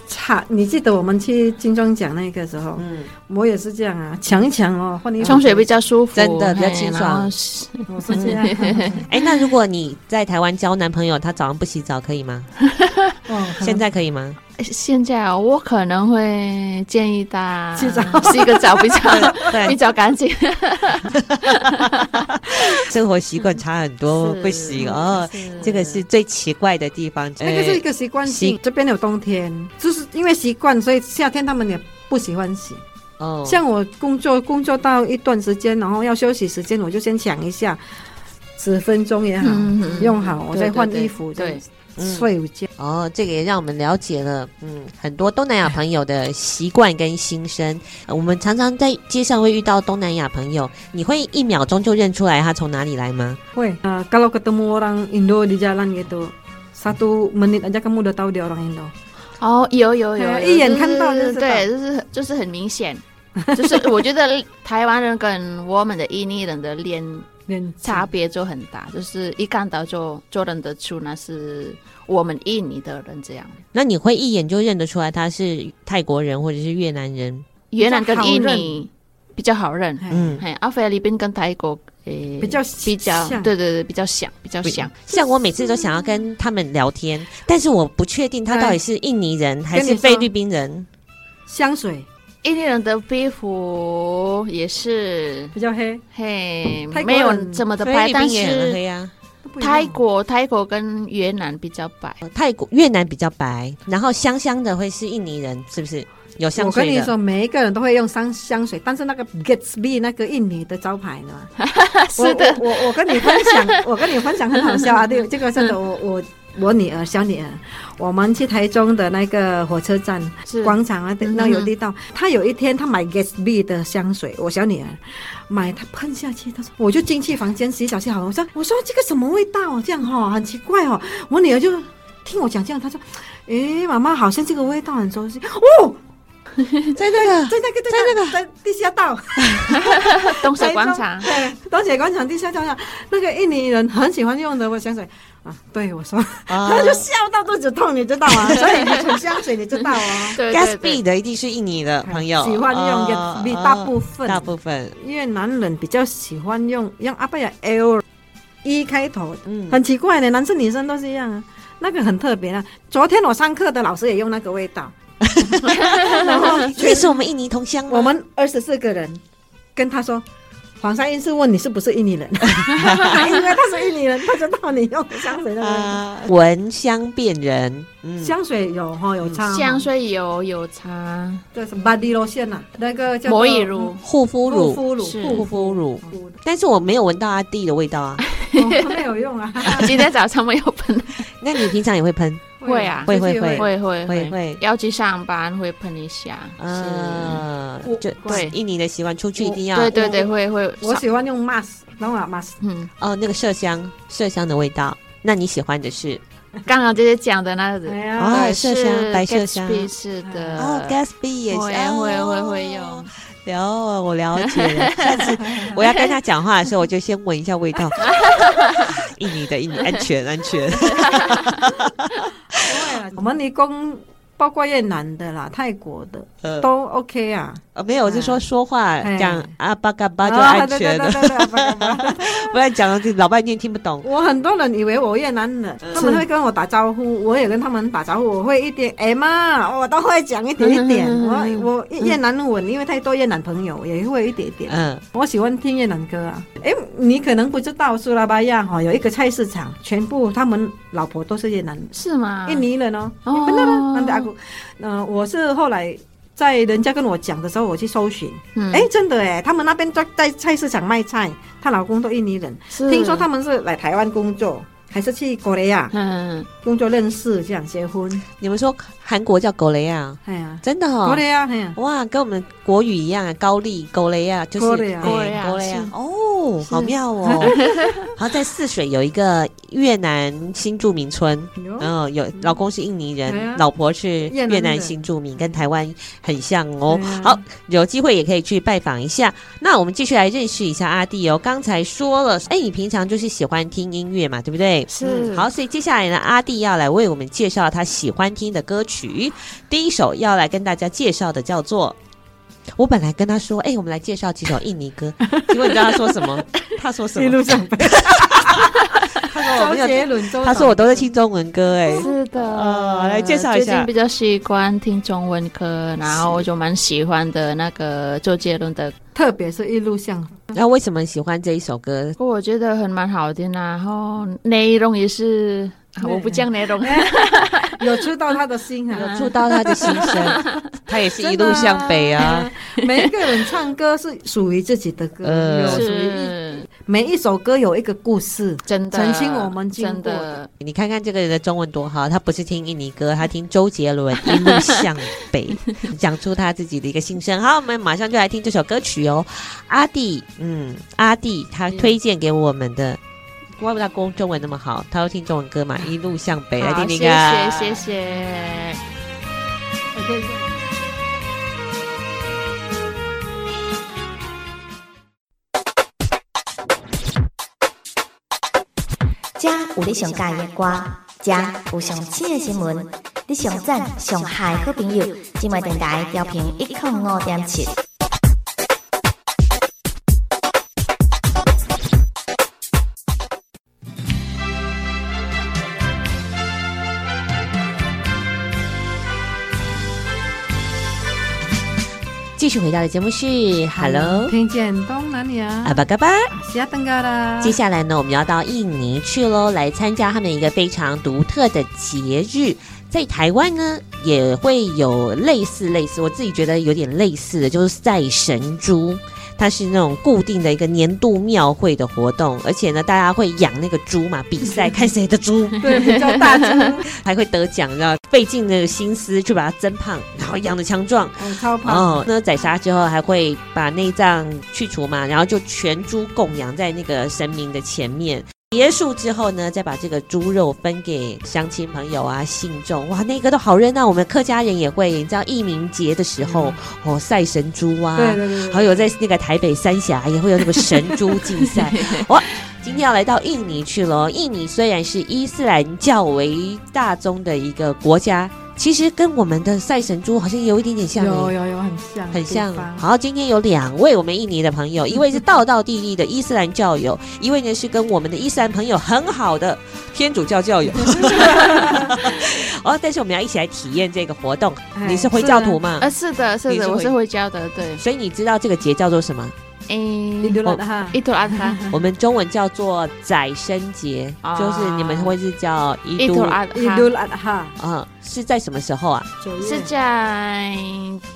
擦。你记得我们去金钟奖那个时候，
嗯，
我也是这样啊，强一强哦，换衣服
嗯冲水比较舒服，
真的比较
嘿
清爽
然后是
我是这样。啊
哎，那如果你在台湾交男朋友，他早上不洗澡可以吗？
哦，
现在可以吗？
现在啊我可能会建议他
洗澡
洗个澡比较
对
比较干净。
生活习惯差很多，
是
不行哦。
是
这个是最奇怪的地方。
那个是一
哎
个习
呃
惯
习
性。这边有冬天，就是因为习惯，所以夏天他们也不喜欢洗。
哦，
像我工作工作到一段时间，然后要休息时间，我就先抢一下，十分钟也好，
嗯嗯嗯
用好，我
对
再
对
换
对
衣服，
对嗯
再睡午觉。
哦，这个也让我们了解了，嗯，很多东南亚朋友的习惯跟心声。呃我们常常在街上会遇到东南亚朋友，你会一秒钟就认出来他从哪里来吗？
会啊、呃、，kalau ketemu orang Indo di jalan gitu。satu menit aja kamu udah tahu dia orang Indo。
哦，有有有，
哎
有
一眼看到
就是
就知道
对，就是就是很明显， 就是我觉得台湾人跟我们的印尼人的脸
脸
差别就很大， 就是一看到就就认得出那是我们印尼的人这样。
那你会一眼就认得出来他是泰国人或者是越南人？
越南跟
好
印
认
尼比较好认，
嗯，
嘿，啊，菲律宾跟泰国诶
比较
比较
像
对对对比较像比较
不
像，
像我每次都想要跟他们聊天，但是我不确定他到底是印尼人还
跟你
是
说
菲律宾人。
香水
印尼人的皮肤也是
比较黑，
嘿
泰国人
没有这么的
菲
白，
律
但
宾也很
是
黑啊，
都不一样
泰国泰国跟越南比较白。
呃泰国、越南比较白，然后香香的会是印尼人，是不是？有香
我跟
水
你
的。
说，每一个人都会用香香水，但是那个 Gatsby 那个印尼的招牌呢？
是的
我我我跟你分享，我跟你分享很好笑啊！对，这个真的，我我我女儿小女儿，我们去台中的那个火车站
是
广场啊，那有地道。她有一天她买 Gatsby 的香水，我小女儿买，她喷下去，她说我就进去房间洗澡去好了。我说我说这个什么味道啊？这样哈、很奇怪哦。我女儿就听我讲这样，她说。诶，妈妈，好像这个味道很熟悉哦，
在那个
在那个，在那个，在地下道，
东石广场
台中，对，东铁广场地下道上，那个印尼人很喜欢用的我香水啊，对我说，
啊
他就笑到肚子痛，你知道吗？所以你喷香水，你知道哦。
对
Gatsby
对对，
的一定是印尼的朋友，
喜欢用
哦
Gatsby，
哦
大部分
大部分，
越南人比较喜欢用用阿贝尔 L 一开头，
嗯，
很奇怪的，男生女生都是一样啊。那个很特别啊！昨天我上课的老师也用那个味 道，然后
这是我们印尼同乡吗，
我们二十四个人跟他说，黄山印是问你是不是印尼 人，因为他是印尼人，他知道你用的香水那个味道。
啊闻香辨人，嗯，
嗯香水有哈、有差、
香，水有有擦，
这是 body lotion 啊，那个叫做
摩易乳
护肤
护
乳，
肤乳，
是
护肤乳，
乳，
但是我没有闻到阿弟的味道 啊。
哦没有用啊，
今天早上没有喷，
那你平常也会喷？
会啊
就是
会会
会会
会会
要去上班会喷一下，是，
啊
我，
就
对
印尼的习惯，出去一定要
对对对，会会，
我喜欢用 mask，然后啊 mask，
嗯，
哦，那个麝香，麝香的味道。那你喜欢的是
刚刚姐姐讲的那个
哎。
啊
呀，
对
麝香
是
白麝香
Gatsby 是的，
哦，Gatsby 也是，
会
哦
会会会用。
了，啊我了解了。 下次我要跟他讲话的时候，我就先闻一下味道。 印尼的印尼，安全安全。
对啊我们尼工包括越南的啦、泰国的
呃
都 OK 啊，
呃没有，我是说说话
哎
讲啊巴嘎巴就
啊
安全
对
的，
对对对对对对对
不然讲了老半天听不懂。
我很多人以为我越南人，他们会跟我打招呼，我也跟他们打招呼，我会一点哎妈，我都会讲一点一 点。我我越南文，因为太多越南朋友，也会一点点。
嗯，
我喜欢听越南歌啊。哎，你可能不知道苏拉巴亚哈、有一个菜市场，全部他们老婆都是越南人
是吗？
哎
印尼人哦。
哦
嗯、呃，我是后来在人家跟我讲的时候，我去搜寻，
嗯
哎、真的哎，他们那边在在菜市场卖菜，她老公都印尼人，
是
听说他们是来台湾工作，还是去国雷亚
嗯，
工作认识，这样结婚，
你们说韩国叫狗雷啊？
哎呀，
真的
国
哦，
雷亚，哎呀，
哇，跟我们国语一样啊，高丽狗雷啊，就是
狗雷啊
哎
狗雷啊
狗雷啊
是
哦，好妙 哦。然后在泗水有一个越南新住民村，
哟
嗯、有老公是印尼
哎呀
人，老婆是
越南
越南
人
新住民，跟台湾很像哦
哎呀。
好，有机会也可以去拜访一下。那我们继续来认识一下阿弟哦。刚才说了，哎，你平常就是喜欢听音乐嘛，对不对？
是
好，所以接下来呢，阿弟要来为我们介绍他喜欢听的歌曲。第一首要来跟大家介绍的叫做，我本来跟他说，哎、我们来介绍几首印尼 歌，结果你知道他说什么？他说什
一
么
路？上被
他说我
周
没有，
杰伦，周
他说我都在听中文歌、哎，
是的，
呃来介绍一下
最近比较习惯听中文歌，然后我就蛮喜欢的那个周杰伦的
特别是一路 上，
那为什么喜欢这一首歌？
歌，我觉得很蛮好听啊。然后内容也是，啊我不讲 内容，
有触到他的心啊。
有触到他的心 声，他也是一路向北啊，
每一个人唱歌是属于自己的歌，
呃
有属于一
是
每一首歌有一个故事。
真的。
曾经我们经
真
过的
的，
你看看这个人的中文多好，他不是听印尼歌，他听周杰伦一路向北， 讲出他自己的一个心声。好，我们马上就来听这首歌曲哦。阿弟，嗯，阿弟他推荐给我们的，怪不得他公中文那么好，他会听中文歌嘛，一路向北，来
好，
听
谢
听看。
谢谢谢。
遮有你上喜欢的歌，遮有上新的新闻，你上赞上嗨好朋友，今麦电台调频一点五点七。
继续回到的节目是 Hello
嗯
听见东南
阿
亚，
巴嘎巴。
西亚登嘎啦，
接下来呢，我们要到印尼去喽，来参加他们一个非常独特的节日。在台湾呢，也会有类似类似，我自己觉得有点类似的，就是赛神猪。它是那种固定的一个年度庙会的活动，而且呢，大家会养那个猪嘛，比赛看谁的猪
对比较大只，
还会得奖，然后费尽了心思去把它增胖，然后养的强壮，
我超胖，
哦，那宰杀之后还会把内脏去除嘛，然后就全猪供养在那个神明的前面。结束之后呢，再把这个猪肉分给乡亲朋友啊、信众，哇，那个都好热闹。我们客家人也会，你知道义民节的时候，哦，赛神猪啊，
嗯对对对，
还有在那个台北三峡也会有那个神猪竞 赛。哇，今天要来到印尼去了哦。印尼虽然是伊斯兰教为大宗的一个国家，其实跟我们的赛神猪好像有一点点像耶。
有有有很像，
很像
地。方
好，今天有两位我们印尼的朋 友，一位是道道地地的伊斯兰教友，一位呢是跟我们的伊斯兰朋友很好的天主教 教友。哦，但是我们要一起来体验这个活动。
哎
你是回教徒吗？
呃，是的，是
嗯你是
的，我
会
是会教的，对。
所以你知道这个节叫做什么？哦
你
诶，
丢了的哈，
伊图阿卡，
我们中文叫做宰生节，
嗯啊
就是你们会是叫伊
伊
都
图阿
你
卡
丢。了的哈，
嗯，是在什么时候啊？
九
是
月
在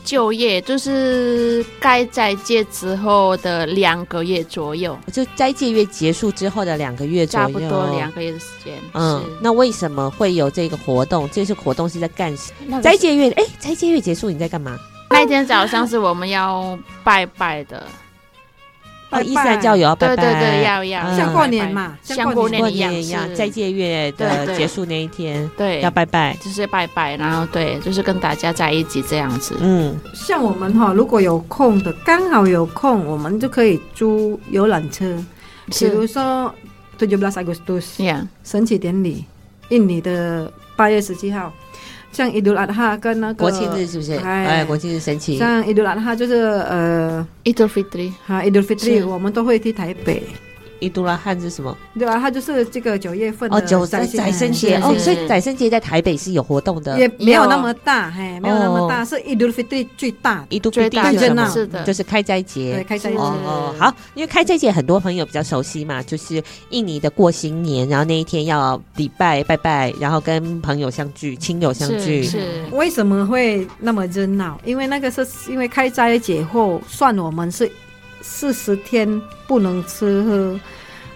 就业，就是该斋戒之后的两个月左右，
就斋戒月结束之后的两个月左
差
右，
不多两。个月的时间。
嗯，那为什么会有这个活动？这次活动是在干什么？
是那个
斋戒月，哎，斋戒月结束你在干嘛？
那一天早上是我们要拜拜的，
拜
哦，
拜
伊斯兰教友要拜
对
拜，
对对，要要
像
嗯
过年嘛，
像过
过
年一样
年一样，
是
斋戒月
对
的
对
结束那一天
对，
要拜拜。
就是拜拜，然后对，就是跟大家在一起这样子。
嗯，
像我们哈，如果有空的，刚好有空，我们就可以租游览车，比
是
如说 t u j u b l a s Agustus
，Yeah，
神奇典礼，印尼的八月十七号，像伊杜拉哈跟那个
国庆日是不是？哎，国庆日神奇。
像伊杜拉哈就是呃，
伊杜菲特，
哈，伊杜菲特我们都会去台北。
伊杜拉汉是什么？
对吧？它就是这个九月份
哦，
的
九
宰
宰
相
宰生节哦，所以宰生节在台北是有活动的，
也没有那么大，嘿，没有那么
哦
大，是 Eid al Fitr 最大
伊杜
最
最
大
大
的
什么？
是的
就是开斋节。
对开斋
哦哦，好，因为开斋节很多朋友比较熟悉嘛，就是印尼的过新年，然后那一天要礼拜拜拜，然后跟朋友相聚、亲友相聚。
是是
为什么会那么热闹？因为那个是因为开斋节后，算我们是四十天不能吃喝，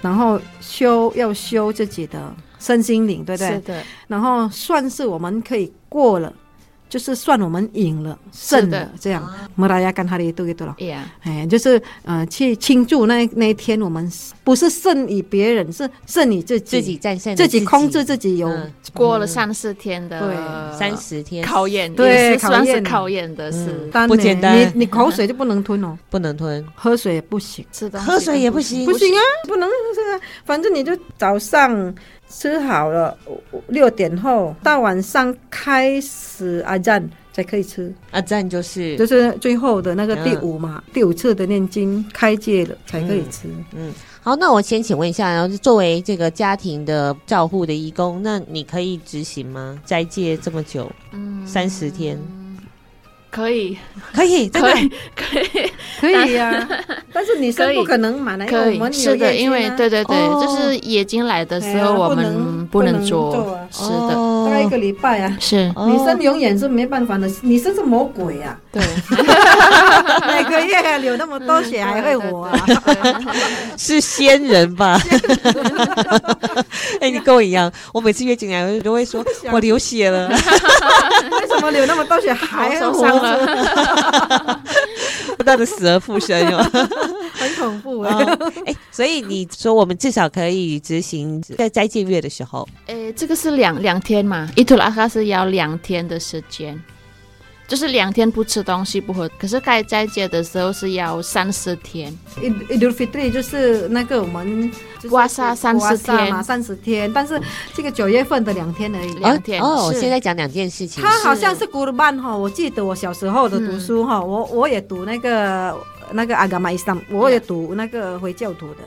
然后修要修自己的身心灵，对不
是
对？
的，
然后算是我们可以过了，就是算我们赢了、胜
是
了
的，
这样。莫拉亚干哈里都给多了。
yeah，
嗯
哎，就是呃，去庆祝那那一天，我们不是胜于别人，是胜于自己，
自己战胜了
自己控制自己有呃
嗯
过了三四天的
对
三十天嗯
考验，
对
也是算是
考
考验的是
单
不
呢
简单
你你口水就不能吞哦，
不能吞，
喝水也不行，
吃东西
喝水也不行，
不行啊，不能是啊，反正你就早上吃好了，六点后到晚上开始阿赞才可以吃，
啊！赞就是
就是最后的那个第
嗯
五嘛，第五次的念经开戒了才可以吃。
好，那我先请问一下，然后作为这个家庭的照护的义工，那你可以执行吗？斋戒这么久，
嗯
三十天，
可以
可以，真
可
的
以可以
可以呀、但是女生不可能买来，因
可
哎为我们
以，
有
是的，
夜间
因为
啊
对对对，
哦
就是夜经来的
哎
时候
呀
我
不
们
能
不能
不能做
做
啊，
是的，
大概一个礼拜啊。
是，
哦
女生永远是没办法的，女生是魔鬼啊！
对，
每个月流那么多血还会活啊！
是仙人 吧？哎、你跟我一样，我每次月经来，我都会说我流血了。
为什么流那么多血还会
受啊
活
伤
着？
了，
不断的死而复生哟。
很恐怖
哎、
啊！
哦
所以你说我们至少可以执行在斋戒月的时候，
诶，这个是两两天嘛，伊图拉哈是要两天的时间。就是两天不吃东西不喝，可是该斋戒的时候是要三十天，
伊伊鲁菲特就是那个我们就是
刮痧30
刮痧
天
嘛，三十天，但是这个九月份的两天而已。
两天
哦，我
是
现在讲两件事情。
他好像是古鲁班哈，我记得我小时候的读书哈、我我也读那个那个阿伽玛伊斯兰，我也读那个回教徒的，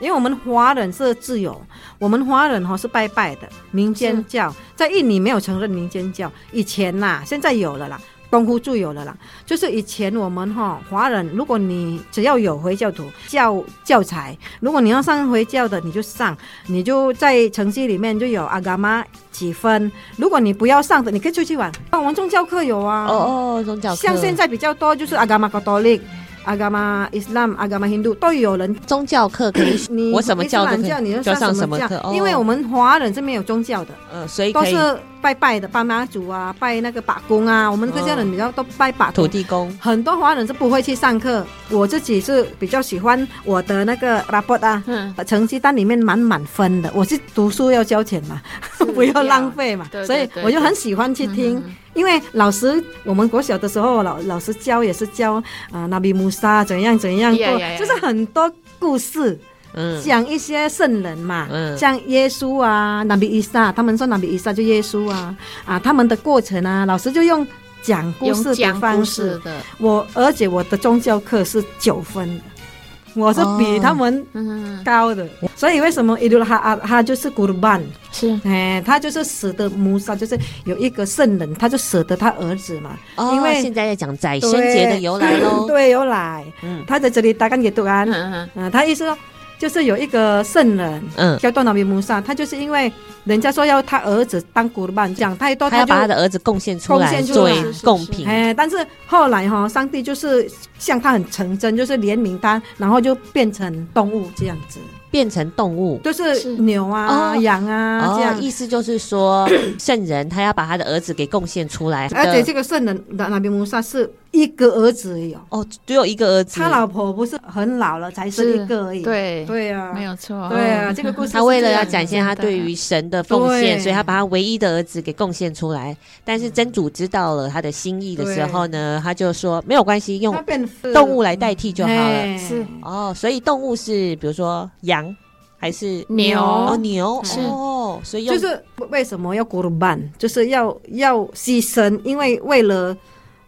因为我们华人是自由，我们华人哈是拜拜的民
是
间教，在印尼没有承认民间教，以前呐，现在有了啦。东湖就有了啦，就是以前我们哈华人，如果你只要有回教徒教教材，如果你要上回教的，你就上，你就在成绩里面就有阿伽玛几分，如果你不要上的，你可以出去玩。啊，我们宗教课有啊，
哦哦哦，宗教课
像现在比较多就是阿伽玛 Catholic、阿伽玛 Islam、阿伽玛 Hindu 都有人。，
宗教课可以
你
我什么教都
伊
可
斯兰教，
以，
你就
上
什
什么
么教？
课，哦
因为我们华人是没有宗教的，
呃，所以
嗯都
可以
是拜拜的，拜妈祖啊，拜那个把公啊。我们客家人比较都拜把公
土地公。
很多华人是不会去上课，我自己是比较喜欢我的那个 report 啊，
嗯，
成绩单里面满满分的。我是读书要交钱嘛， 不要浪费嘛，
嗯对
所
对
以
对嗯
我就很喜欢去听。因为老师，我们国小的时候老老师教也是教啊，那比穆萨怎样怎样过
Yeah, yeah, yeah.
就是很多故事，
嗯，
讲一些圣人嘛，
嗯
像耶稣啊，那比伊萨，他们说那比伊萨就耶稣啊，啊，他们的过程啊，老师就用讲故
用
事的
讲
方
故
式
事，的，
我而且我的宗教课是九分的，我是比他们
嗯，
高的，
哦
所以为什么伊鲁哈阿哈就是古鲁班，
是
哎，他就是死的菩萨，就是有一个圣人，他就舍得他儿子嘛，
哦，
因为。
现在在讲宰生节的由来喽
对，由来，
哦嗯
他在这里大概也读完
嗯，嗯
嗯，他意思说就是有一个圣人。
嗯，
叫多纳比摩萨，他就是因为人家说要他儿子当古鲁班，讲太多，
他要
就
把他的儿子贡献出来
贡献出
作
来
为贡品。
哎，但是后来哈、上帝就是向他很成真，就是怜悯他，然后就变成动物这样子，
变成动物。
就是
是
牛啊、
哦
羊啊、这
哦，
样。
意思就是说，圣人他要把他的儿子给贡献出来。
而且
的
啊这个圣人的那边摩萨是一个儿子而已哦，
哦，只有一个儿子，
他老婆不是很老了，才生一个而已。
对，
对啊，
没有错，
对啊，这个故事
他为了要
是这样
展现他对于神的奉献，
对
所以他把他唯一的儿子给贡献出来。但是真主知道了他的心意的时候呢，他就说没有关系，用
他变
动物来代替就好了。
哎
是
哦，所以动物是比如说羊还是
牛
哦牛
是
哦哦，所以用
就是为什么要 qurban，就是要要牺牲，因为为了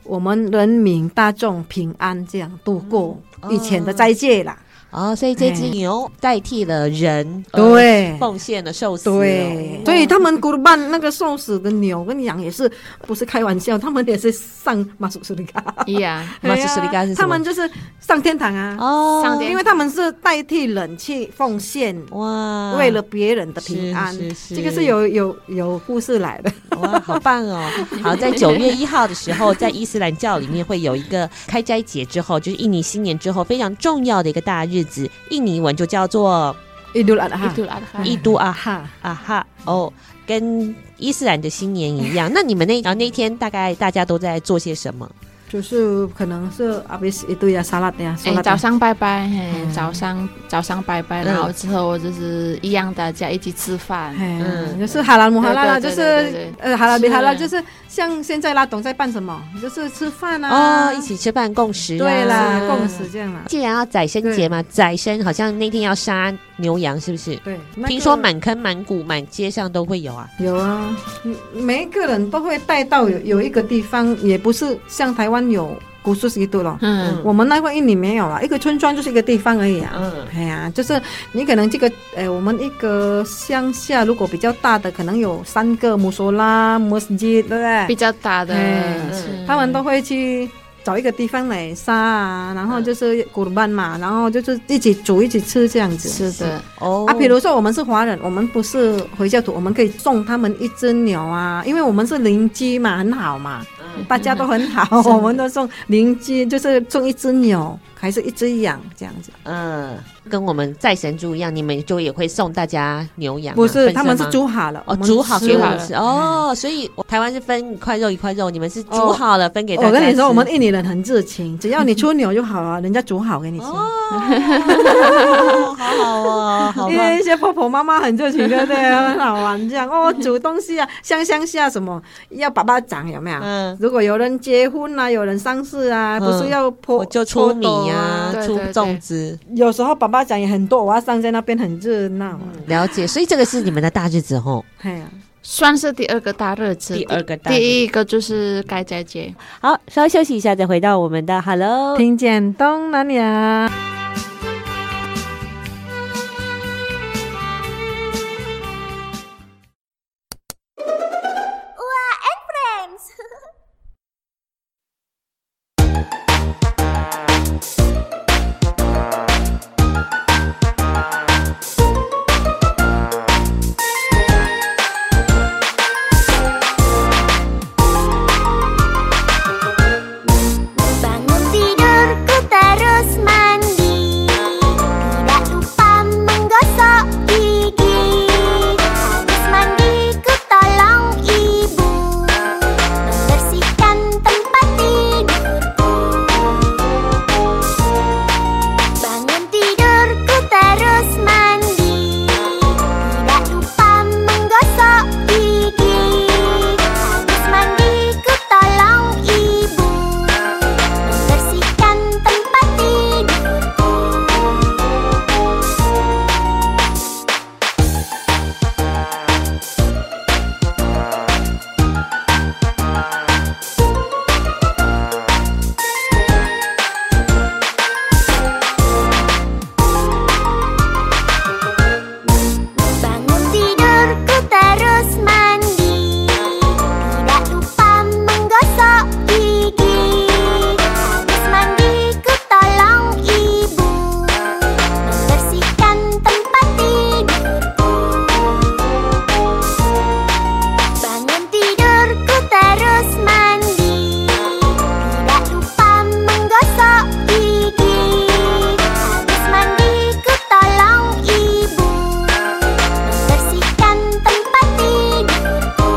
我们人民大众平安，这样度过
嗯
以前的斋戒啦。
哦，所以这只
哎
牛代替了人，
对
呃奉献了寿司了，哦
对，所以他们 qurban 那个送死的牛跟羊也是不是开玩笑，他们也是上马苏苏里嘎。啊
呀，
马斯斯里嘎是什么
他们就是上天堂啊，
哦，
上天
因为他们是代替人去奉献，
哇，
为了别人的平安
啊是是，是
这个是有有有故事来的。
哇，好棒 哦！好，在九月一号的时候，在伊斯兰教里面会有一个开斋节之后，就是印尼新年之后非常重要的一个大日子，印尼文就叫做
Idul Adha，
伊杜拉
嗯
哈，
伊都阿哈
哈，
啊哈哦，跟伊斯兰的新年一样。那你们那啊那天大概大家都在做些什么？
就是可能是 abis itu ya salat
Eh,
ya
哎，
salat
早
ya
上拜拜，嘿，早上早上拜拜，
嗯
然后之后就是一样大家一起吃饭，
哎
嗯
就是哈兰姆哈拉啦，就
对对对对
是
对
呃哈拉比哈拉，
是
就是像现在拉董在办什么，就是吃饭啊，
哦，一起吃饭共食、啊，
对啦，
是
共识。这样啦，
既然要宰生节嘛，宰生好像那天要杀牛羊，是不是？
对，那个
听说满坑满谷满街上都会有啊。
有啊，嗯每一个人都会带到有有一个地方，也不是像台湾有古树西度了，
嗯，
我们那块印尼没有啊，一个村庄就是一个地方而已啊。
嗯，
哎呀，就是你可能这个，呃，我们一个乡下如果比较大的，可能有三个穆索拉、穆斯基，对不对
比？较大的
哎，
是
他们都会去找一个地方来杀啊，然后就是古鲁班嘛，然后就是一起煮一起吃这样子。
是的，
哦，
啊，比如说我们是华人，我们不是回教徒，我们可以送他们一只牛啊，因为我们是邻居嘛，很好嘛，
嗯
大家都很 好，我们都送邻居，就是送一只牛，还是一只羊这样子。
嗯，跟我们在神猪一样，你们就也会送大家牛羊啊、
不
分
是，
身
他们是
吗。
煮好了，我
哦，
们
煮好
吃
给我
了
们吃哦，所以我台湾是分一块肉一块肉，你们是煮
哦
好了分给大家
我
吃。
跟你说，我们印尼人很热情，只要你出牛就好了，人家煮好给你吃。
哦，好好哦，好
因
棒
为一些婆婆妈妈很热情，对不对？很好玩，这样哦，煮东西啊，香香下什么要爸爸长有没有？
嗯，
如果有人结婚啊，有人丧事啊，
嗯
不是要泼
我就出米
呀、
呀，
对
出
对对
粽子，
有时候爸爸讲也很多，我要上在那边很热闹、啊。
了解。所以这个是你们的大日子吼。
哎呀、
算是第二个大日子，
第二个大日子
第一个就是该斋节，
好，稍休息一下，再回到我们的 Hello。
听见东南亚，
Bangun tidurku terus mandi Tidak lupa menggosok gigi Habis mandiku tolong ibu Membersihkan tempat tidurku Bangun tidurku terus mandi Tidak lupa menggosok gigi Habis mandiku tolong ibu Membersihkan tempat tidurku Bangun tidurku terus mandi Tidak lupa menggosok gigi Habis mandiku tolong ibu Membersihkan tempat tidurku Bangun tidurku terus mandi Tidak lupa menggosok gigi Habis mandiku tolong ibu Membersihkan tempat tidurku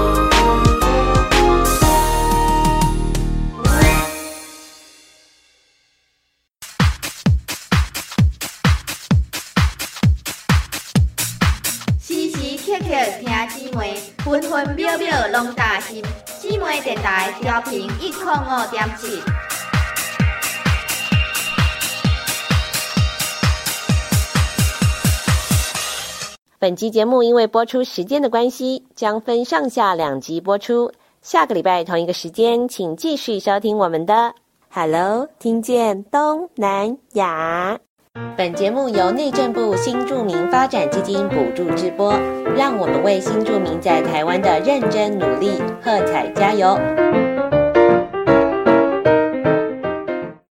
时时刻刻听姊妹，分分秒秒拢担心。姊妹电台调频一点五点七。
本集节目因为播出时间的关系，将分上下两集播出。下个礼拜同一个时间，请继续收听我们的《Hello》，听见东南亚。本节目由内政部新住民发展基金补助直播，让我们为新住民在台湾的认真努力喝彩加油。